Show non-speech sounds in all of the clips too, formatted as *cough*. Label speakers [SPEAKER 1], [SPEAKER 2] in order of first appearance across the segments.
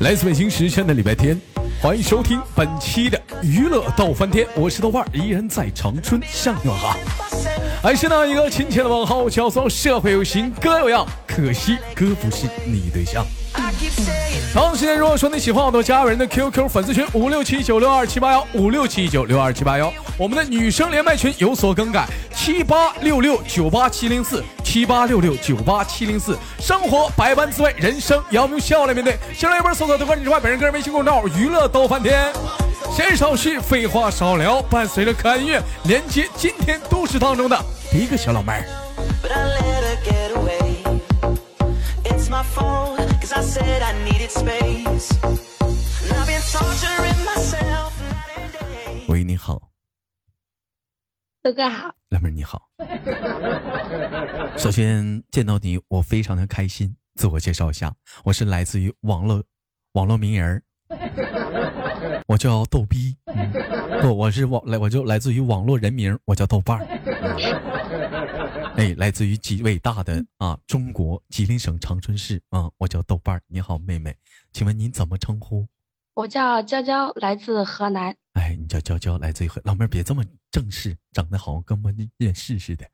[SPEAKER 1] 来自北京时间的礼拜天，欢迎收听本期的娱乐逗翻天，我是豆瓣儿，依然在长春向你们好，还是那一个亲切的问候，叫做社会有型哥有样，可惜哥不是你对象。同时，如果说你喜欢我的家人的 QQ 粉丝群五六七九六二七八幺五六七九六二七八幺，我们的女生连麦群有所更改，七八六六九八七零四七八六六九八七零四。生活百般滋味，人生要用笑来面对。新浪微博搜索“德冠之外”，本人个人微信公众号“娱乐逗翻天”。闲少叙，废话少聊，伴随着可爱音乐，连接今天都市当中的第一个小老妹儿。
[SPEAKER 2] But I let her get away. It's my fault, cause I said I needed space. And I've been torturing myself night and day.
[SPEAKER 1] 喂，你好，
[SPEAKER 3] 豆哥好，
[SPEAKER 1] 老妹儿你好。首先见到你，我非常的开心。自我介绍一下，我是来自于网络网络名人儿，我叫逗逼，嗯不，我是网来，我就来自于网络人名儿，我叫豆瓣儿。哎，来自于几伟大的啊，中国吉林省长春市啊，我叫豆瓣儿。你好，妹妹，请问您怎么称呼？
[SPEAKER 3] 我叫娇娇，来自河南。
[SPEAKER 1] 哎，你叫娇娇来这一回，老妹儿别这么正式，长得好像跟我们认识似的。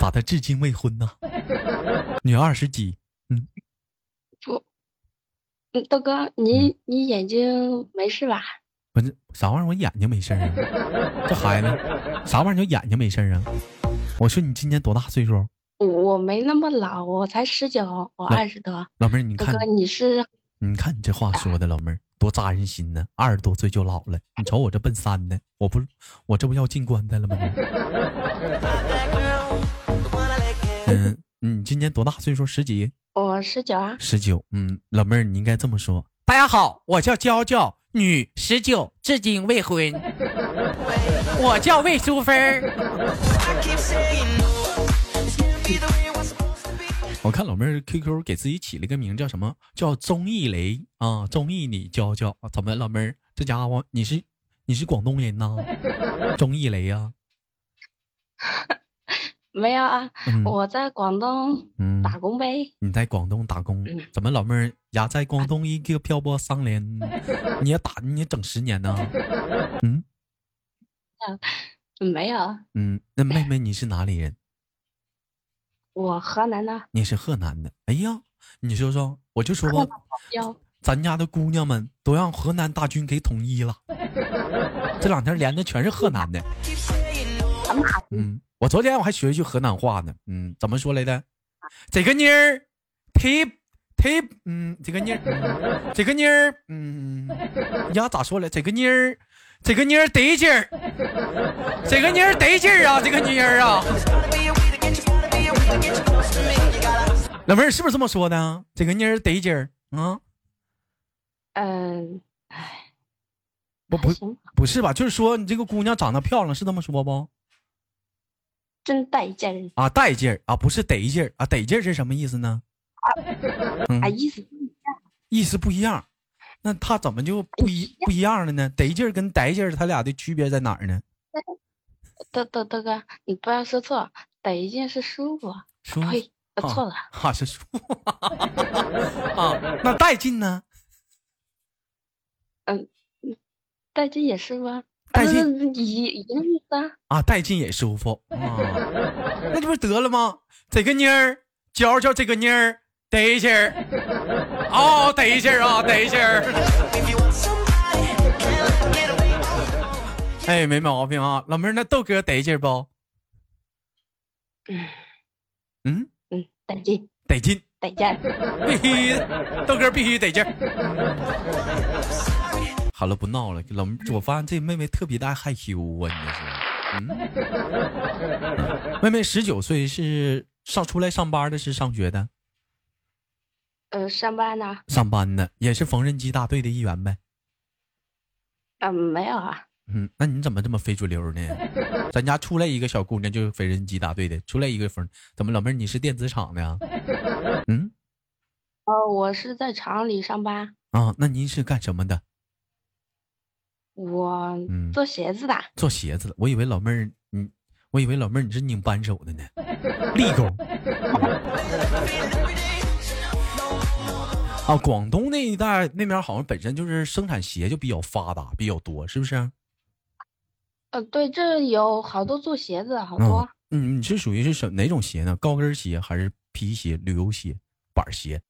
[SPEAKER 1] 咋的，至今未婚呢？女二十几，
[SPEAKER 3] 嗯，豆哥，你你眼睛没事吧？
[SPEAKER 1] 不是啥玩意儿？我眼睛没事儿啊？这孩子，啥玩意儿叫眼睛没事儿啊？我说你今年多大岁数？
[SPEAKER 3] 我我没那么老，我才十九，我
[SPEAKER 1] 那
[SPEAKER 3] 二十多。
[SPEAKER 1] 老妹儿，你
[SPEAKER 3] 豆
[SPEAKER 1] 看
[SPEAKER 3] 哥，，你是
[SPEAKER 1] 你看你这话说的，老妹儿多扎人心呢。二十多岁就老了，你瞅我这奔三的，我不，我这不要进棺材了吗？
[SPEAKER 2] That girl, the one I let get
[SPEAKER 1] 嗯，你今年多大岁数？十几？
[SPEAKER 3] 我十九啊？
[SPEAKER 1] 十九，嗯，老妹儿，你应该这么说。大家好，我叫娇娇，女，十九，至今未婚。我叫魏淑芬。
[SPEAKER 2] I keep saying no. This can't be the way it was supposed to be.
[SPEAKER 1] 我看老妹儿 QQ 给自己起了个名叫什么？叫钟意雷啊，钟意你娇娇啊怎么老妹儿？这家伙你是你是广东人呐？钟意雷啊呀、
[SPEAKER 3] 没有啊，
[SPEAKER 1] 嗯
[SPEAKER 3] 我在广东
[SPEAKER 1] 嗯，
[SPEAKER 3] 打工呗。
[SPEAKER 1] 你在广东打工
[SPEAKER 3] 嗯，
[SPEAKER 1] 怎么老妹儿呀？在广东一个漂泊三
[SPEAKER 3] *laughs*
[SPEAKER 1] 年，你也打你也整十年呢？嗯
[SPEAKER 3] 没有，
[SPEAKER 1] 嗯，那妹妹你是哪里人？
[SPEAKER 3] 我河南的。
[SPEAKER 1] 你是河南的，哎呀，你说说，我就说
[SPEAKER 3] 河南
[SPEAKER 1] 吧，
[SPEAKER 3] 哟，
[SPEAKER 1] 咱家的姑娘们都让河南大军给统一了，这两天连的全是河南的。
[SPEAKER 2] Keep saying no.
[SPEAKER 1] 嗯，我昨天我还学一句河南话呢，嗯，怎么说来的？这个妮儿，忒忒，嗯，这个妮儿，嗯这个妮儿，嗯，呀，咋说来？这个妮儿，这个妮儿得劲儿，这个妮儿得劲儿啊，这个妮儿啊。
[SPEAKER 2] There's gotta be a way to get you, gotta be a way to get you close to me. You gotta
[SPEAKER 1] 老妹儿是不是这么说的？这个妮儿得劲儿啊、
[SPEAKER 3] 嗯，哎，
[SPEAKER 1] 不
[SPEAKER 3] 还
[SPEAKER 1] 不
[SPEAKER 3] 行，
[SPEAKER 1] 不是吧？就是说你这个姑娘长得漂亮，是这么说不？
[SPEAKER 3] 真带劲儿
[SPEAKER 1] 啊，带劲儿啊，不是得劲儿啊，得劲儿是什么意思呢？
[SPEAKER 3] 啊！
[SPEAKER 1] 嗯，
[SPEAKER 3] 意思
[SPEAKER 1] 意思不一样。那他怎么就不一不一样了呢？得劲儿跟呆劲儿，他俩的区别在哪儿呢？
[SPEAKER 3] 豆豆豆哥，你不要说错，得劲是舒服。
[SPEAKER 1] 舒服
[SPEAKER 3] 呸，我错了，
[SPEAKER 1] 啊，是舒服 *laughs* 啊。那带劲呢？
[SPEAKER 3] 带劲也舒服啊。
[SPEAKER 1] 带劲
[SPEAKER 3] 嗯一一个意思啊。
[SPEAKER 1] 啊，带劲也舒服啊。那这不得了吗？这个妮儿，娇娇这个妮儿，得劲儿。哦，得劲儿啊，得劲儿。
[SPEAKER 2] if you want somebody, can't let her get away.
[SPEAKER 1] 哎，没毛病啊，老妹儿，那豆哥得劲儿不？
[SPEAKER 3] 嗯
[SPEAKER 1] 嗯，
[SPEAKER 3] 嗯，得劲，
[SPEAKER 1] 得劲，
[SPEAKER 3] 得劲儿。
[SPEAKER 1] 必须，豆哥必须得劲儿。好了，不闹了，老妹儿，我发现这妹妹特别的爱害羞啊，你这是。嗯，妹妹十九岁是上出来上班的，是上学的，
[SPEAKER 3] 呃，上班呢？
[SPEAKER 1] 上班的，也是缝纫机大队的一员呗。
[SPEAKER 3] 啊、没有啊，
[SPEAKER 1] 嗯，那你怎么这么非主流呢？咱家出来一个小姑娘就是缝纫机大队的，出来一个缝，怎么老妹儿你是电子厂的啊？嗯
[SPEAKER 3] 呃，我是在厂里上班，
[SPEAKER 1] 啊，那您是干什么的？
[SPEAKER 3] 我
[SPEAKER 1] 嗯
[SPEAKER 3] 做鞋子的。
[SPEAKER 1] 做鞋子的。我以为老妹儿你，我以为老妹儿你是拧扳手的呢，立工。啊，广东那一带那边好像本身就是生产鞋就比较发达，比较多，是不啊是？
[SPEAKER 3] 呃，对，这有好多做鞋子，好多。
[SPEAKER 1] 嗯，你是属于是什哪种鞋呢？高跟鞋还是皮鞋、旅游鞋、板儿鞋？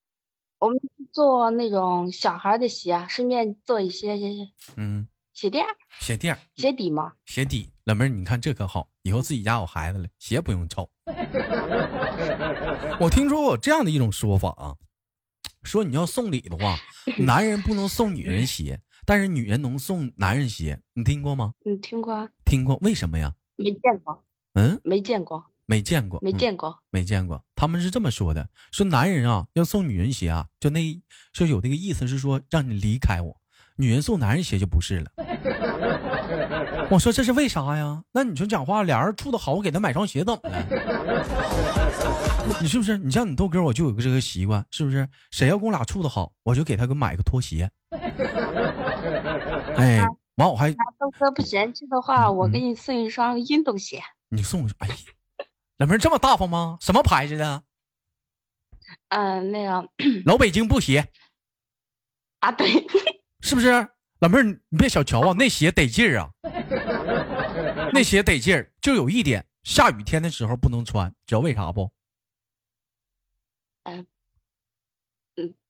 [SPEAKER 3] 我们做那种小孩的鞋啊，顺便做一些鞋
[SPEAKER 1] 嗯，
[SPEAKER 3] 鞋垫儿、
[SPEAKER 1] 鞋垫儿、
[SPEAKER 3] 鞋底嘛。
[SPEAKER 1] 鞋底。老妹儿，你看这可好，以后自己家有孩子了，鞋不用臭。我听说过这样的一种说法啊，说你要送礼的话，男人不能送女人鞋，但是女人能送男人鞋。你听过吗？
[SPEAKER 3] 你听过啊？
[SPEAKER 1] 听过？为什么呀？
[SPEAKER 3] 没见过，
[SPEAKER 1] 嗯，
[SPEAKER 3] 没见过，
[SPEAKER 1] 没见过，
[SPEAKER 3] 没
[SPEAKER 1] 嗯
[SPEAKER 3] 见过。
[SPEAKER 1] 没见过，他们是这么说的：说男人啊要送女人鞋啊，就那就有那个意思是说让你离开我。女人送男人鞋就不是了。 *laughs* 我说这是为啥呀？那你说讲话，俩人处的好，我给他买双鞋怎么了？ *laughs* 你是不是？你像你豆哥，我就有个这个习惯，是不是？谁要跟我俩处的好，我就给他个买个拖鞋。哎，完我还
[SPEAKER 3] 豆哥不嫌弃的话，我
[SPEAKER 1] 嗯
[SPEAKER 3] 给你送一双运动 *laughs* 鞋，
[SPEAKER 1] 你送我，哎呀，老妹儿这么大方吗？什么牌子的？
[SPEAKER 3] 嗯，那个
[SPEAKER 1] 老北京布鞋。
[SPEAKER 3] 啊，对， *laughs*
[SPEAKER 1] 是不是？老妹儿，你你别小瞧啊，那鞋得劲儿啊，那鞋得劲儿。就有一点，下雨天的时候不能穿，知道为啥不？
[SPEAKER 3] 嗯，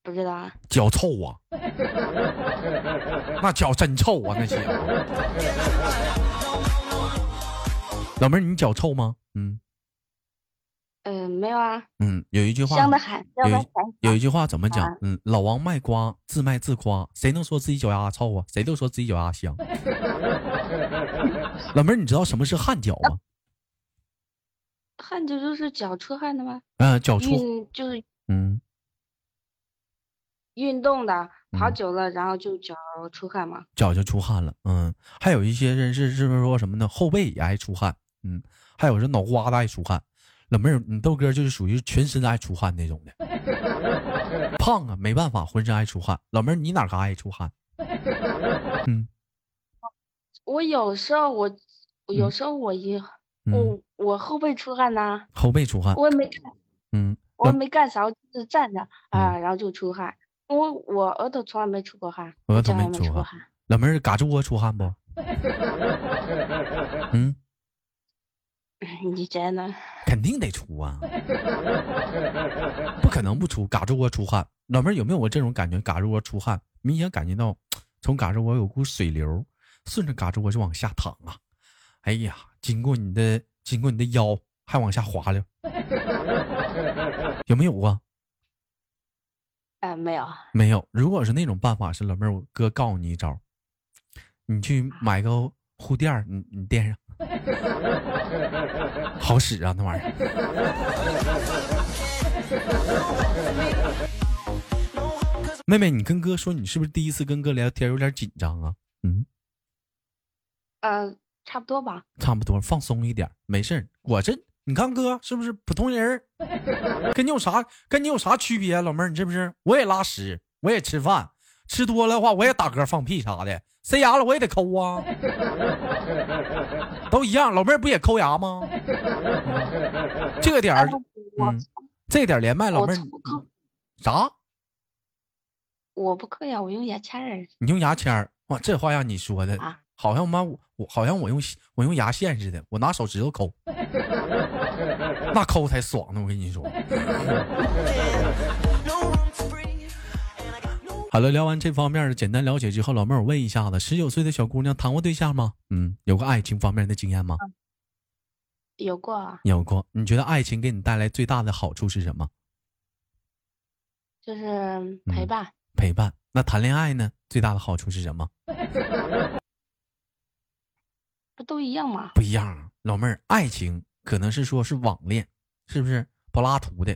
[SPEAKER 3] 不知道啊，
[SPEAKER 1] 脚臭啊，那脚真臭啊，那鞋。老妹儿，你脚臭吗？嗯
[SPEAKER 3] 嗯，没有啊，
[SPEAKER 1] 嗯，有一句话，
[SPEAKER 3] 香的很，要不然想
[SPEAKER 1] 有
[SPEAKER 3] 想
[SPEAKER 1] 一句话怎么讲
[SPEAKER 3] 啊？
[SPEAKER 1] 嗯，老王卖瓜，自卖自夸，谁能说自己脚丫臭啊？谁都说自己脚丫
[SPEAKER 3] *laughs*
[SPEAKER 1] 香。老妹儿，你知道什么是汗脚
[SPEAKER 3] 哦
[SPEAKER 1] 吗？
[SPEAKER 3] 汗就就是脚出汗的吗？
[SPEAKER 1] 嗯、脚臭。
[SPEAKER 3] 运就是
[SPEAKER 1] 嗯，
[SPEAKER 3] 运动的，跑
[SPEAKER 1] 嗯
[SPEAKER 3] 久了，然后就脚出汗嘛。
[SPEAKER 1] 脚就出汗了，嗯，还有一些人是是不是说什么呢？后背也爱出汗，嗯，还有是脑瓜子爱出汗。老妹儿，你豆哥就是属于全身爱出汗那种的，胖啊，没办法，浑身爱出汗。老妹儿，你哪嘎爱出汗？嗯
[SPEAKER 3] 我有时候我，我有
[SPEAKER 1] 嗯
[SPEAKER 3] 时候我一
[SPEAKER 1] 嗯，
[SPEAKER 3] 我我后背出汗呐，
[SPEAKER 1] 后背出汗，
[SPEAKER 3] 我也没干，
[SPEAKER 1] 嗯，
[SPEAKER 3] 我也
[SPEAKER 1] 那
[SPEAKER 3] 没干啥，我就是站着啊，然后就出汗。我我额头从来没出过汗，
[SPEAKER 1] 额
[SPEAKER 3] 我
[SPEAKER 1] 头
[SPEAKER 3] 脚
[SPEAKER 1] 没
[SPEAKER 3] 也没
[SPEAKER 1] 出
[SPEAKER 3] 出过
[SPEAKER 1] 汗
[SPEAKER 3] 汗， *laughs*
[SPEAKER 1] 老妹儿嘎吱窝出汗不？嗯，
[SPEAKER 3] 你真的
[SPEAKER 1] 肯定得出啊， *laughs* 不可能不出，嘎吱窝出汗。老妹儿有没有我这种感觉？嘎吱窝出汗，明显感觉到从嘎吱窝有股水流，顺着嘎吱窝就往下淌啊！哎呀，经过你的，经过你的腰，还往下滑溜， *laughs* 有没有啊？
[SPEAKER 3] 啊没有，
[SPEAKER 1] 没有。如果是那种办法，是老妹儿，我哥告诉你一招，你去买个护垫儿，你你垫上，好使啊那玩意儿。妹妹，你跟哥说，你是不是第一次跟哥聊天有点紧张啊？嗯，
[SPEAKER 3] 呃，差不多吧。
[SPEAKER 1] 差不多，放松一点，没事儿。我这你看哥是不是普通人
[SPEAKER 3] *laughs*
[SPEAKER 1] 儿？跟你有啥跟你有啥区别啊、老妹儿？你是不是？我也拉屎，我也吃饭，吃多了的话我也打嗝放屁啥的，塞牙了我也得抠
[SPEAKER 3] *laughs*
[SPEAKER 1] 啊，都一样。老妹儿不也抠牙
[SPEAKER 3] *laughs*
[SPEAKER 1] 吗？这个点儿
[SPEAKER 3] 但是，哎我
[SPEAKER 1] 嗯，这点儿连麦，老
[SPEAKER 3] 我
[SPEAKER 1] 妹儿嗯
[SPEAKER 3] 从不抠，
[SPEAKER 1] 啥？
[SPEAKER 3] 我不嗑药，我用牙签儿
[SPEAKER 1] 你用牙签儿，哇，这话让你说的，
[SPEAKER 3] 啊。
[SPEAKER 1] 好像妈我我好像我用我用牙线似的，我拿手指头抠，那抠才爽呢。我跟你说，好了，聊完这方面的简单了解之后，老妹儿，我问一下子，十九岁的小姑娘谈过对象吗？嗯，有过爱情方面的经验吗？
[SPEAKER 3] 有过啊，
[SPEAKER 1] 有过。你觉得爱情给你带来最大的好处是什么？
[SPEAKER 3] 就是
[SPEAKER 1] 嗯
[SPEAKER 3] 陪伴，
[SPEAKER 1] 陪伴。那谈恋爱呢？最大的好处是什么？
[SPEAKER 3] 不都一样吗？
[SPEAKER 1] 不一样啊，老妹儿，爱情可能是说是网恋，是不是柏拉图的？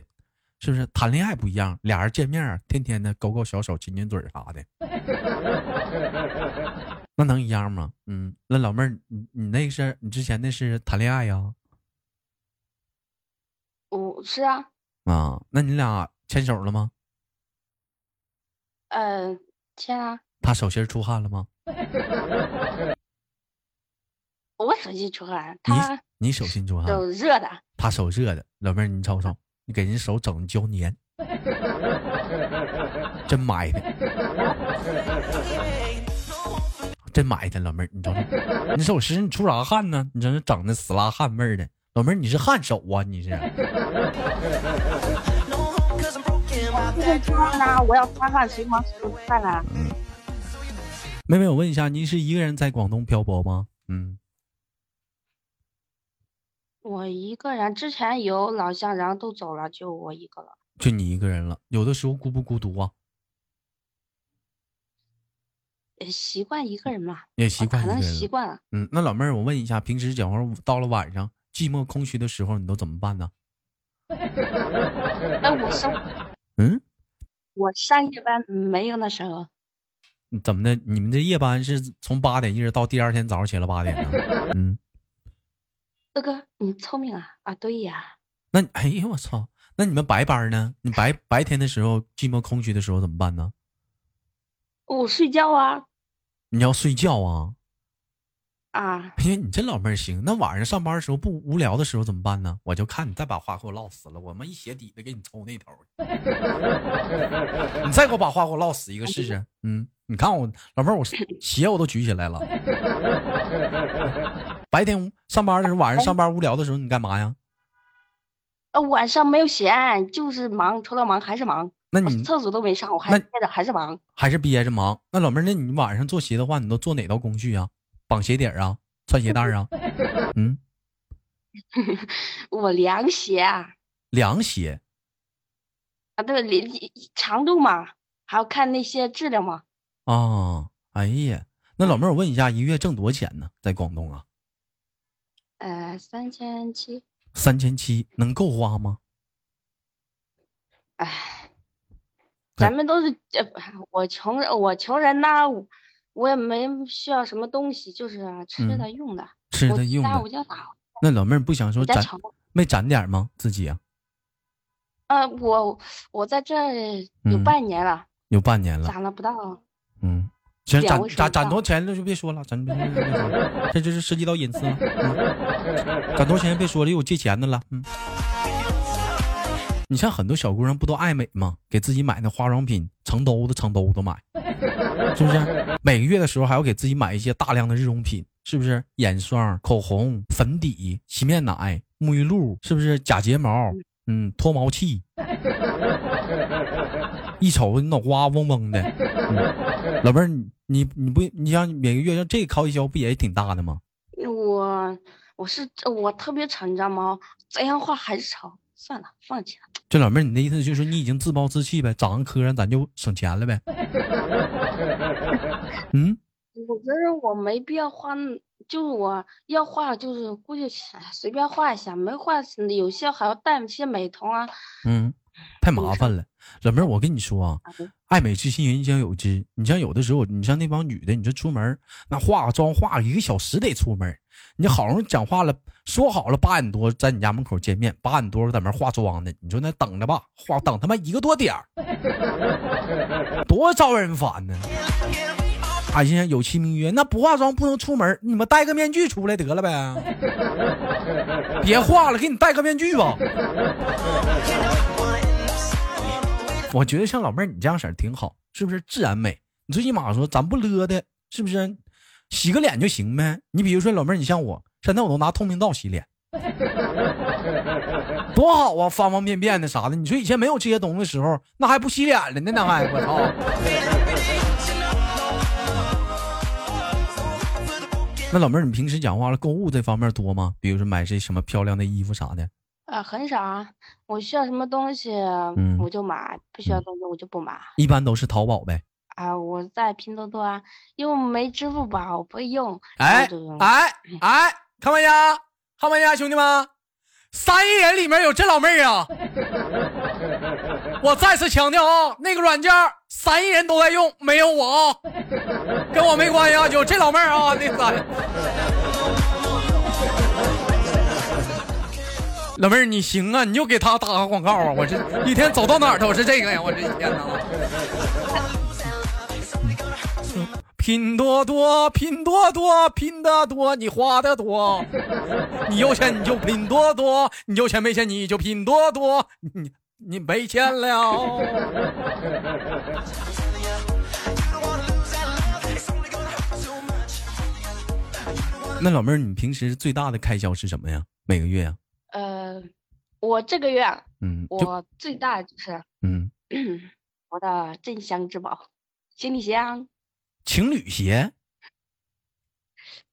[SPEAKER 1] 是不是谈恋爱不一样？俩人见面儿，天天的勾勾小手、亲亲嘴儿啥的， *laughs* 那能一样吗？嗯，那老妹儿，你你那是你之前那是谈恋爱呀？
[SPEAKER 3] 我是啊，
[SPEAKER 1] 啊，那你俩牵手了吗？
[SPEAKER 3] 呃，天啊，
[SPEAKER 1] 他手心儿出汗了吗？
[SPEAKER 3] 我手机出汗，
[SPEAKER 1] 你
[SPEAKER 3] 他
[SPEAKER 1] 你手心出汗，
[SPEAKER 3] 啊有热的，
[SPEAKER 1] 他手热的。老妹儿，你瞅瞅，你给人手整的焦黏，真埋汰，真埋汰，老妹儿，你瞅瞅，你瞅我身上出啥汗呢？你瞅这整的死拉汗味儿的，老妹儿你是汗手啊？你是？
[SPEAKER 2] No hope cause I'm broken by
[SPEAKER 3] 这
[SPEAKER 2] that
[SPEAKER 3] 个地方呢，我要擦汗，谁忙谁看呢？
[SPEAKER 1] 妹妹，我问一下，您是一个人在广东漂泊吗？嗯，
[SPEAKER 3] 我一个人，之前有老乡，然后都走了，就我一个了。
[SPEAKER 1] 就你一个人了，有的时候孤不孤独啊？
[SPEAKER 3] 呃习惯一个人嘛，
[SPEAKER 1] 也习惯一
[SPEAKER 3] 哦
[SPEAKER 1] 个
[SPEAKER 3] 可能
[SPEAKER 1] 人了
[SPEAKER 3] 习惯了。
[SPEAKER 1] 嗯，那老妹儿，我问一下，平时假如到了晚上寂寞空虚的时候，你都怎么办呢？
[SPEAKER 3] 哎，我上
[SPEAKER 1] *laughs* 嗯，
[SPEAKER 3] 我上夜班没有那时候，
[SPEAKER 1] 你怎么的？你们这夜班是从八点一直到第二天早上起来八点呢？ *laughs* 嗯，
[SPEAKER 3] 哥哥你聪明啊啊，对呀，
[SPEAKER 1] 那你哎呀，我操！那你们白班呢？你白白天的时候寂寞空虚的时候怎么办呢？
[SPEAKER 3] 我睡觉啊
[SPEAKER 1] 你要睡觉啊？
[SPEAKER 3] 啊，
[SPEAKER 1] 哎呀，你这老妹儿行。那晚上上班的时候不无聊的时候怎么办呢？我就看你再把话给我唠死了，我他妈一鞋底子给你抽那头儿。 *laughs* 你再给我把话给我唠死一个试试。嗯，你看我老妹儿，我鞋我都举起来了。 *laughs* 白天上班的时候，晚上上班无聊的时候，你干嘛呀？
[SPEAKER 3] 呃晚上没有闲，就是忙，除了忙还是忙，
[SPEAKER 1] 那
[SPEAKER 3] 我
[SPEAKER 1] 你
[SPEAKER 3] 哦厕所都没上，我还
[SPEAKER 1] 嗯那
[SPEAKER 3] 憋着还是忙。
[SPEAKER 1] 还是憋着忙？那老妹儿，那你晚上做鞋的话，你都做哪道工序啊？绑鞋底儿啊？穿鞋带儿
[SPEAKER 3] *laughs*
[SPEAKER 1] 啊？嗯，
[SPEAKER 3] 我凉鞋啊，
[SPEAKER 1] 凉鞋。
[SPEAKER 3] 啊对，连长度嘛，还要看那些质量嘛。
[SPEAKER 1] 啊，哎呀，那老妹儿，我问一下，一月挣多少钱呢？在广东啊，
[SPEAKER 3] 呃，三千七，
[SPEAKER 1] 三千七能够花吗？
[SPEAKER 3] 哎，
[SPEAKER 1] 对
[SPEAKER 3] 咱们都是呃，我穷人，我穷人呐，我我也没需要什么东西，就是啊吃
[SPEAKER 1] 嗯
[SPEAKER 3] 的用的，
[SPEAKER 1] 吃
[SPEAKER 3] 我
[SPEAKER 1] 的用
[SPEAKER 3] 家我
[SPEAKER 1] 的，
[SPEAKER 3] 就打，
[SPEAKER 1] 那老妹儿不想说
[SPEAKER 3] 我家
[SPEAKER 1] 攒
[SPEAKER 3] 穷。
[SPEAKER 1] 没攒点儿吗？自己啊，
[SPEAKER 3] 呃，我我在这儿有
[SPEAKER 1] 嗯
[SPEAKER 3] 半年了，
[SPEAKER 1] 有半年了，
[SPEAKER 3] 攒了不到，
[SPEAKER 1] 嗯，行，
[SPEAKER 3] 两
[SPEAKER 1] 攒
[SPEAKER 3] 位数
[SPEAKER 1] 攒
[SPEAKER 3] 以
[SPEAKER 1] 攒
[SPEAKER 3] 上
[SPEAKER 1] 多少钱了就别说了，咱
[SPEAKER 3] *laughs*
[SPEAKER 1] 别别别别说了，这就是涉及到隐私了。嗯、攒多少钱别说了，又有借钱的了，嗯。你像很多小姑娘不都爱美吗？给自己买那化妆品，成兜子成兜子买，是不是？每个月的时候还要给自己买一些大量的日用品，是不是？眼霜、口红、粉底、洗面奶、沐浴露，是不是？假睫毛，嗯，脱毛
[SPEAKER 3] *laughs*
[SPEAKER 1] 器，一瞅你脑瓜嗡嗡的。嗯、老妹儿，你你你不你想每个月像这开销不也挺大的吗？
[SPEAKER 3] 我我是我特别丑，你知道吗？这样话还是丑，算了，放弃了。
[SPEAKER 1] 这老妹儿，你的意思就是你已经自暴自弃呗？长上磕碜咱就省钱了呗？ *laughs* 嗯，
[SPEAKER 3] 我觉得我没必要花那，就是我要画，就是估计是哎随便画一下，没画有些还要带一些美瞳啊。
[SPEAKER 1] 嗯，太麻烦了。老妹儿，我跟你说啊，
[SPEAKER 3] 啊不
[SPEAKER 1] 爱美之心，人皆有之。你像有的时候，你像那帮女的，你说出门儿那化妆化一个小时得出门儿，你好容易讲话了，说好了八点多在你家门口见面，八点多在那儿化妆呢，你说那等着吧，化等他妈一个多点儿，多招人烦呢。哎呀，有其名曰那不化妆不能出门儿，你们戴个面具出来得了呗，别化了，给你戴个面具吧。我觉得像老妹儿你这样式儿挺好，是不是？自然美。你最起码说咱不勒的，是不是？洗个脸就行呗。你比如说老妹儿，你像我，现在我都拿透明皂洗脸，多好啊，方方便便的啥的。你说以前没有这些东西的时候，那还不洗脸了呢？那还我操！那老妹儿，你平时讲话了，购物这方面多吗？比如说买些什么漂亮的衣服啥的？
[SPEAKER 3] 啊，很少啊，我需要什么东西
[SPEAKER 1] 嗯
[SPEAKER 3] 我就买，不需要
[SPEAKER 1] 嗯
[SPEAKER 3] 东西我就不买。
[SPEAKER 1] 一般都是淘宝呗。
[SPEAKER 3] 啊，我在拼多多啊，因为我没支付宝，我不会用，然后
[SPEAKER 1] 哎
[SPEAKER 3] 就用 *laughs*
[SPEAKER 1] 哎哎，看没呀？看没呀，兄弟们？三亿人里面有这老妹儿啊！我再次强调啊，那个软件儿三亿人都在用，没有我啊，跟我没关系啊，有这老妹儿啊，那个老妹儿你行啊，你就给他打个广告啊！我这一天走到哪儿都是这个呀，我这一天呐。拼多多，拼多多，拼得多，你花的 *laughs* 多。你有钱你就拼多多，你有钱没钱你就拼多多。你你没钱了。 *laughs* 那老妹儿，你平时最大的开销是什么呀？每个月呀、
[SPEAKER 3] 呃，我这个月啊
[SPEAKER 1] 嗯，就
[SPEAKER 3] 我最大就是 *clears throat*
[SPEAKER 1] 嗯，
[SPEAKER 3] 我的镇香之宝，行李箱。
[SPEAKER 1] 情侣鞋，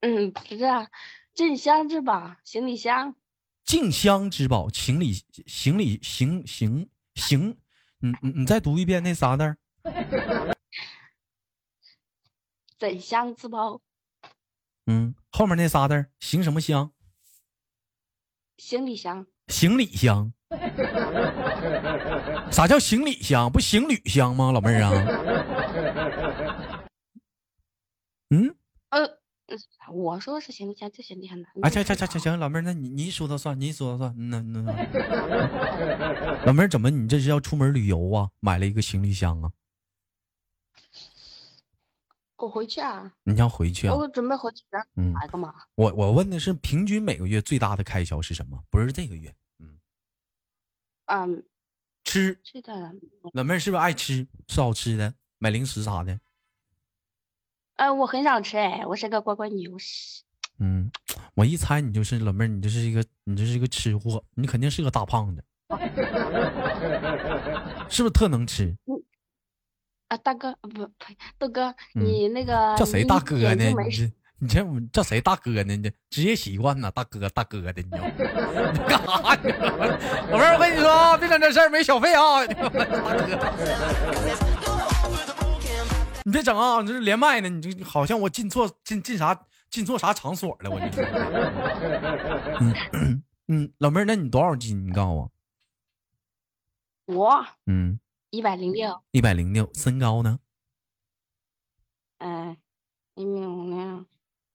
[SPEAKER 3] 嗯，不是啊，镇香之宝，行李箱。
[SPEAKER 1] 静香之宝，情侣行李行行行，你你你再读一遍那仨字儿，
[SPEAKER 3] 整箱之包，
[SPEAKER 1] 嗯，后面那仨字儿，行什么香？
[SPEAKER 3] 行李箱，
[SPEAKER 1] 行李箱。啥叫行李箱？不行旅箱吗？老妹儿啊，嗯，
[SPEAKER 3] 呃，嗯我说是行李箱，这行李箱哪
[SPEAKER 1] 啊，行行行行行，老妹儿，那你你说的算，你说的算，嗯那那那老妹儿怎么你这是要出门旅游啊？买了一个行李箱啊？
[SPEAKER 3] 我回去啊，
[SPEAKER 1] 你要回去啊？
[SPEAKER 3] 我准备回去，然后
[SPEAKER 1] 嗯，
[SPEAKER 3] 买个嘛，
[SPEAKER 1] 我我问的是平均每个月最大的开销是什么？不是这个月，嗯，
[SPEAKER 3] 嗯，
[SPEAKER 1] 吃，
[SPEAKER 3] 最大的，
[SPEAKER 1] 老妹儿是不是爱吃？吃好吃的，买零食啥的？
[SPEAKER 3] 呃，我很想吃，哎，我是个乖乖女，我是，
[SPEAKER 1] 嗯，我一猜你就是老妹儿，你就是一个你就是一个吃货，你肯定是个大胖子，是不是特能吃？
[SPEAKER 3] 啊，大哥，呃不，呸，豆哥，
[SPEAKER 1] 嗯
[SPEAKER 3] 你那个
[SPEAKER 1] 叫谁
[SPEAKER 3] 你
[SPEAKER 1] 大哥
[SPEAKER 3] 眼
[SPEAKER 1] 呢？
[SPEAKER 3] 睛嗯没
[SPEAKER 1] 你
[SPEAKER 3] 事
[SPEAKER 1] 这你这我叫谁大哥呢？你这职业习惯呐，大哥大哥的，你知道吗你干啥呢？ *laughs* 老妹儿，我跟你说啊，别整这事儿，没小费啊！ *laughs* 大哥，你别整啊！你这是连麦呢，你这好像我进错进进啥进错啥场所了，我跟你说。 *laughs* 嗯 *coughs* 嗯，老妹儿，那你多少斤？你告诉我。
[SPEAKER 3] 我
[SPEAKER 1] 嗯，
[SPEAKER 3] 一百零六，
[SPEAKER 1] 一百零六，身高呢？
[SPEAKER 3] 嗯，一米五六，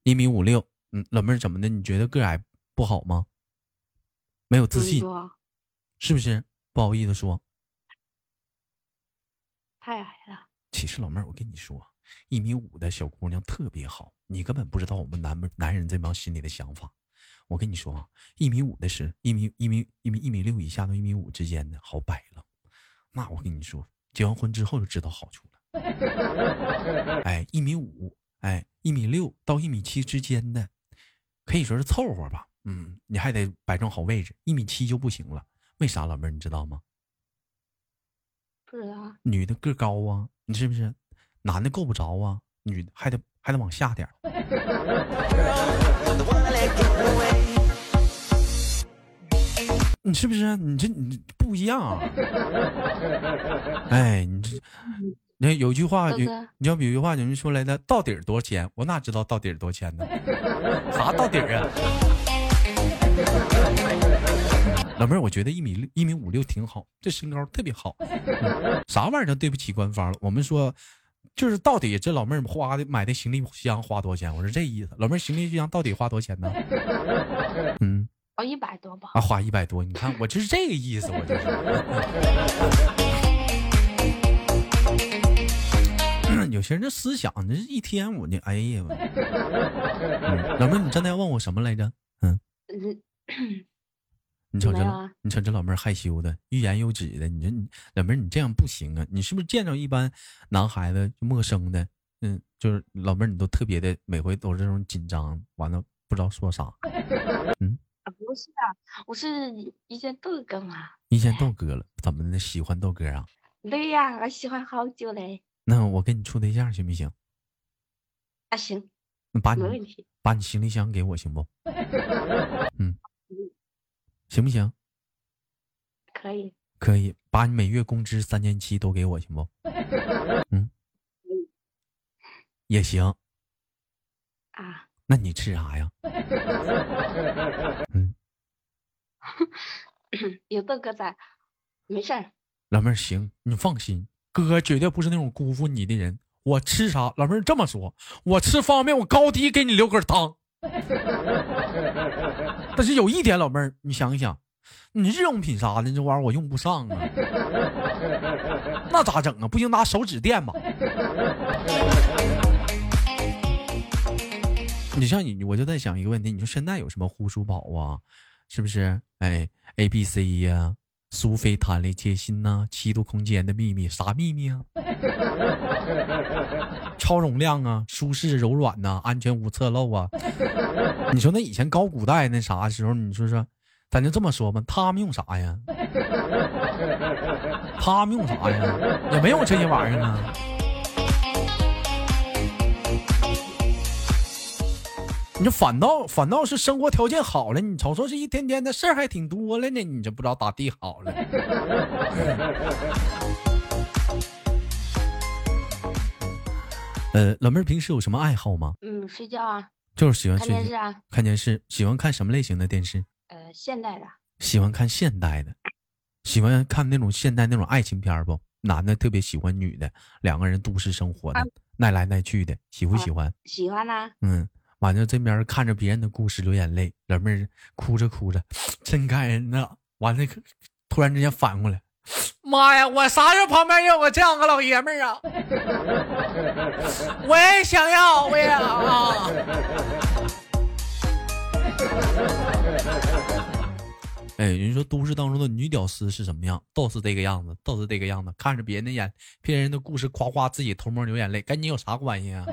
[SPEAKER 1] 一米五六。嗯，老妹儿怎么的？你觉得个矮不好吗？没有自
[SPEAKER 3] 怎么
[SPEAKER 1] 信，
[SPEAKER 3] 说
[SPEAKER 1] 是不是？不好意思说，
[SPEAKER 3] 太矮了，
[SPEAKER 1] 其实老妹儿，我跟你说，啊一米五的小姑娘特别好，你根本不知道我们男们男人这帮心里的想法。我跟你说啊，一米五的是一米一米一米一米六以下到一米五之间的好摆了，那我跟你说，结完婚之后就知道好处了。哎，一米五，哎，一米六到一米七之间的，可以说是凑合吧。嗯，你还得摆正好位置，一米七就不行了。为啥，老妹儿你知道吗？
[SPEAKER 3] 不知道，
[SPEAKER 1] 女的个高啊，你是不是？男的够不着啊，女的还得还得往下点儿。
[SPEAKER 2] The one that gave it away.
[SPEAKER 1] 你是不是？你这你不一样啊！哎，你这那有句话，
[SPEAKER 3] 豆
[SPEAKER 1] 有
[SPEAKER 3] 哥
[SPEAKER 1] 你知道有句话有人说来的，到底儿多少钱？我哪知道到底儿多少钱呢？啥到底儿啊？老妹儿，我觉得一米六、一米五六挺好，这身高特别好，嗯啥玩意儿都对不起官方了。我们说，就是到底这老妹儿花的买的行李箱花多少钱？我是这意思。老妹儿行李箱到底花多少钱呢？ *laughs* 嗯。
[SPEAKER 3] 我哦一百多吧，
[SPEAKER 1] 啊，花一百多，你看我就是这个意思，我就是。 *clears throat* 有些人这思想，这一天我就哎呀，我嗯老妹儿，你刚才问我什么来着？
[SPEAKER 3] 嗯，
[SPEAKER 1] 你瞅这
[SPEAKER 3] 没有
[SPEAKER 1] 老
[SPEAKER 3] 啊，
[SPEAKER 1] 你瞅这老妹儿害羞的，欲言又止的。你说你老妹儿，你这样不行啊！你是不是见着一般男孩子陌生的，嗯，就是老妹儿，你都特别的，每回都是这种紧张，完了不知道说啥。
[SPEAKER 3] 啊不是啊，我是一件豆哥嘛，
[SPEAKER 1] 一见豆哥了，怎么的？喜欢豆哥啊？
[SPEAKER 3] 对呀，我喜欢好久嘞，
[SPEAKER 1] 那我跟你处对象行不行？
[SPEAKER 3] 啊行，
[SPEAKER 1] 那把你
[SPEAKER 3] 没问题，
[SPEAKER 1] 把你行李箱给我行
[SPEAKER 3] *laughs*
[SPEAKER 1] 不？嗯，行不行？
[SPEAKER 3] 可以，
[SPEAKER 1] 可以，把你每月工资三千七都给我行不？
[SPEAKER 3] *laughs*
[SPEAKER 1] 嗯，也行。
[SPEAKER 3] 啊。 *clears throat*
[SPEAKER 1] 那你吃啥呀？嗯，
[SPEAKER 3] 有豆哥在，没事儿，
[SPEAKER 1] 老妹儿行，你放心，哥绝对不是那种辜负你的人。我吃啥，老妹儿这么说，我吃方便面，我高低给你留根汤。 *laughs* 但是有一点，老妹儿，你想一想，你日用品啥的这玩意儿我用不上啊， *laughs* 那咋整啊？不行，拿手指垫吧。 *laughs* 你像你，我就在想一个问题，你说现在有什么护舒宝啊，是不是？哎，A B C 呀、苏菲谈恋贴心呐、七度空间的秘密啥秘密啊？超容量啊，舒适柔软呐、安全无侧漏啊。你说那以前高古代那啥时候，你说说，咱就这么说吧，他们用啥呀？他们用啥呀？也没有这些玩意儿啊。你这反倒反倒是生活条件好了，你瞅瞅这一天天的事儿还挺多了呢，你这不知道咋地好了。嗯呃，老妹儿平时有什么爱好吗？
[SPEAKER 3] 嗯，睡觉啊，
[SPEAKER 1] 就是喜欢嗯
[SPEAKER 3] 看
[SPEAKER 1] 睡
[SPEAKER 3] 电视
[SPEAKER 1] 觉、
[SPEAKER 3] 啊，
[SPEAKER 1] 看电视，喜欢看什么类型的电视？
[SPEAKER 3] 呃，现代的，
[SPEAKER 1] 喜欢看现代的，喜欢看那种现代那种爱情片儿不？男的特别喜欢女的，两个人都市生活的，
[SPEAKER 3] 啊
[SPEAKER 1] 耐来耐去的，喜不喜欢？
[SPEAKER 3] 喜欢呐、
[SPEAKER 1] 嗯，完了这边儿看着别人的故事流眼泪，老妹儿哭着哭着，真感人呐！完了，突然之间反过来，妈呀，我啥时候旁边有个这样个老爷们儿啊？我也想要，我也啊！哎，人说都市当中的女屌丝是什么样？都是这个样子，都是这个样子。看着别人的眼，别人的故事，夸夸自己偷摸流眼泪，跟你有啥关系啊？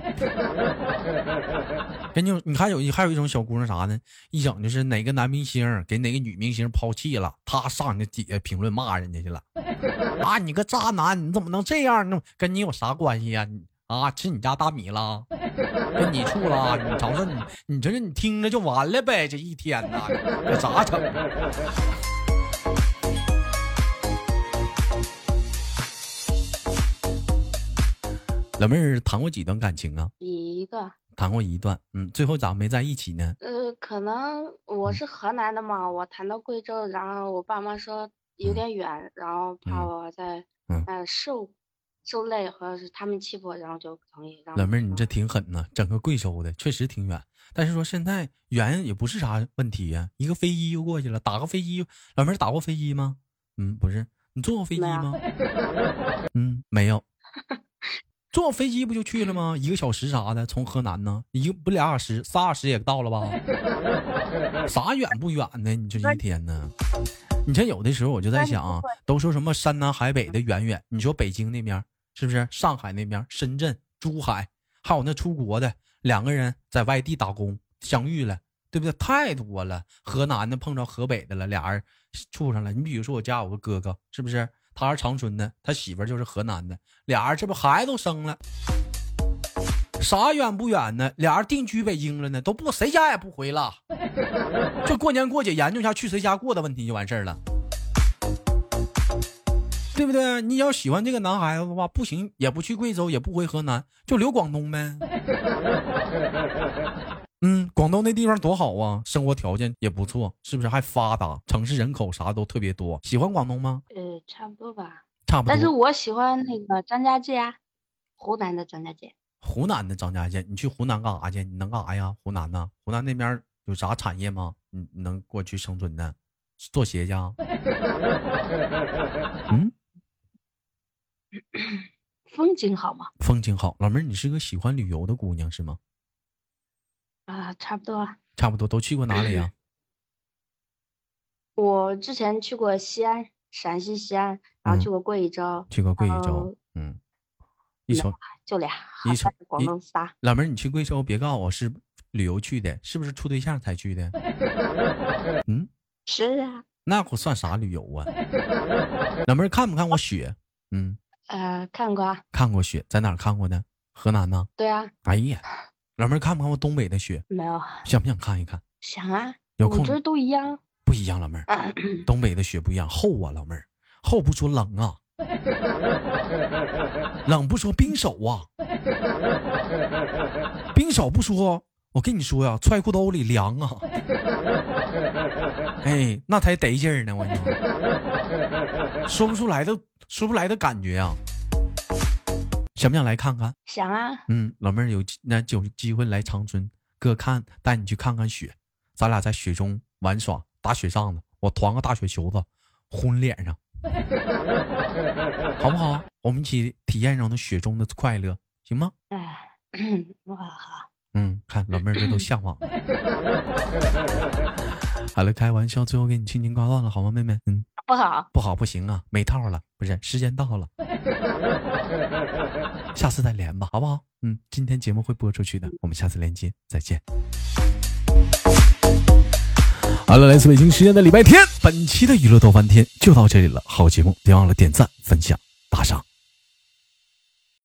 [SPEAKER 1] 跟你有你还有一还有一种小姑娘啥呢？一整就是哪个男明星儿给哪个女明星抛弃了，她上去底下评论骂人家去了。 *laughs* 啊，你个渣男，你怎么能这样呢？跟你有啥关系呀、你啊，吃你家大米了，跟你处了，你瞅瞅你，你这你听着就完了呗，这一天呐，这咋整？啊老妹儿谈过几段感情啊？
[SPEAKER 3] 一个，
[SPEAKER 1] 谈过一段，嗯，最后咋没在一起呢？
[SPEAKER 3] 呃，可能我
[SPEAKER 1] 嗯
[SPEAKER 3] 是河南的嘛，我谈到贵州，然后我爸妈说有点远，然后怕
[SPEAKER 1] 嗯
[SPEAKER 3] 我在
[SPEAKER 1] 嗯
[SPEAKER 3] 呃受受累，或者是他们欺负我，然后就不同意。然后
[SPEAKER 1] 老妹儿，你
[SPEAKER 3] 就
[SPEAKER 1] 这挺狠呐，整个贵州的确实挺远，但是说现在远也不是啥问题呀、一个飞机就过去了，打个飞机，老妹儿打过飞机吗？嗯，不是，你坐过飞机吗？嗯，没有，坐飞机不就去了吗？一个小时啥的，从河南呢，一个不俩小时，仨小时也到了吧？ *laughs* 啥远不远呢？你这一天呢？你像有的时候我就在想啊，都说什么山南海北的远远，你说北京那边儿是不是？上海那边儿、深圳、珠海，还有那出国的，两个人在外地打工相遇了，对不对？太多了，河南的碰着河北的了，俩人处上了。你比如说我家有个哥哥，是不是？他是长春的，他媳妇儿就是河南的，俩人这不孩子都生了。啥远不远呢？俩人定居北京了呢，都不谁家也不回了。就过年过节研究一下去谁家过的问题就完事儿了，对不对？你要喜欢这个男孩子的话，不行也不去贵州，也不回河南，就留广东呗。嗯，广东那地方多好啊，生活条件也不错，是不是还发达？城市人口啥都特别多，喜欢广东吗？
[SPEAKER 3] 呃差不多吧，
[SPEAKER 1] 差不多。
[SPEAKER 3] 但是我喜欢那个张家界啊，湖南的张家界，
[SPEAKER 1] 湖南的张家界，你去湖南干啥去？你能干啥呀？湖南呢？湖南那边有啥产业吗？你你能过去生存呢？做鞋去啊？嗯，
[SPEAKER 3] 风景好吗？
[SPEAKER 1] 风景好。老妹儿，你是个喜欢旅游的姑娘是吗？
[SPEAKER 3] 啊，差不多啊。
[SPEAKER 1] 差不多都去过哪里啊呀、
[SPEAKER 3] 我之前去过西安，陕西西安，
[SPEAKER 1] 嗯
[SPEAKER 3] 然后去过贵州，
[SPEAKER 1] 去过贵州
[SPEAKER 3] 哦，
[SPEAKER 1] 嗯，一瞅
[SPEAKER 3] 就俩，好
[SPEAKER 1] 你瞅
[SPEAKER 3] 像是广
[SPEAKER 1] 你
[SPEAKER 3] 东仨。
[SPEAKER 1] 老妹儿，你去贵州别告诉我是旅游去的，是不是处对象才去的？嗯，
[SPEAKER 3] 是啊，
[SPEAKER 1] 那我算啥旅游啊？老妹儿看不看过雪？嗯，
[SPEAKER 3] 呃，看过啊，
[SPEAKER 1] 看过雪，在哪儿看过呢？河南呢？
[SPEAKER 3] 对啊，
[SPEAKER 1] 哎呀，老妹儿看不看过东北的雪？
[SPEAKER 3] 没有
[SPEAKER 1] 想不想看一看？
[SPEAKER 3] 想啊，
[SPEAKER 1] 有
[SPEAKER 3] 我
[SPEAKER 1] 空
[SPEAKER 3] 觉得都一样。 *coughs*
[SPEAKER 1] 不一样，老妹儿，东北的雪不一样，厚啊，老妹儿，厚不说冷啊，冷不说冰手啊，冰手不说，我跟你说呀、揣裤兜里凉啊，哎，那才得劲儿呢，我跟你说，说不出来的，说不来的感觉啊，想不想来看看？
[SPEAKER 3] 想啊，
[SPEAKER 1] 嗯，老妹儿有机那有机会来长春，哥看带你去看看雪，咱俩在雪中玩耍，打雪仗子，我团个大雪球子轰脸上，好不好？
[SPEAKER 3] 嗯 *coughs*
[SPEAKER 1] 我们一起体验一下那雪中的快乐，行吗？
[SPEAKER 3] 哎，哇，
[SPEAKER 1] 嗯，看老妹儿这都向往了。好了，开玩笑，最后给你轻轻挂断了，好吗，妹妹？嗯，
[SPEAKER 3] 不好，
[SPEAKER 1] 不好，不行啊，没套了，不是，时间到了，下次再连吧，好不好？嗯，今天节目会播出去的，我们下次连接，再见。好了，来自北京时间的礼拜天，本期的娱乐逗翻天就到这里了。好节目，别忘了点赞、分享、打赏。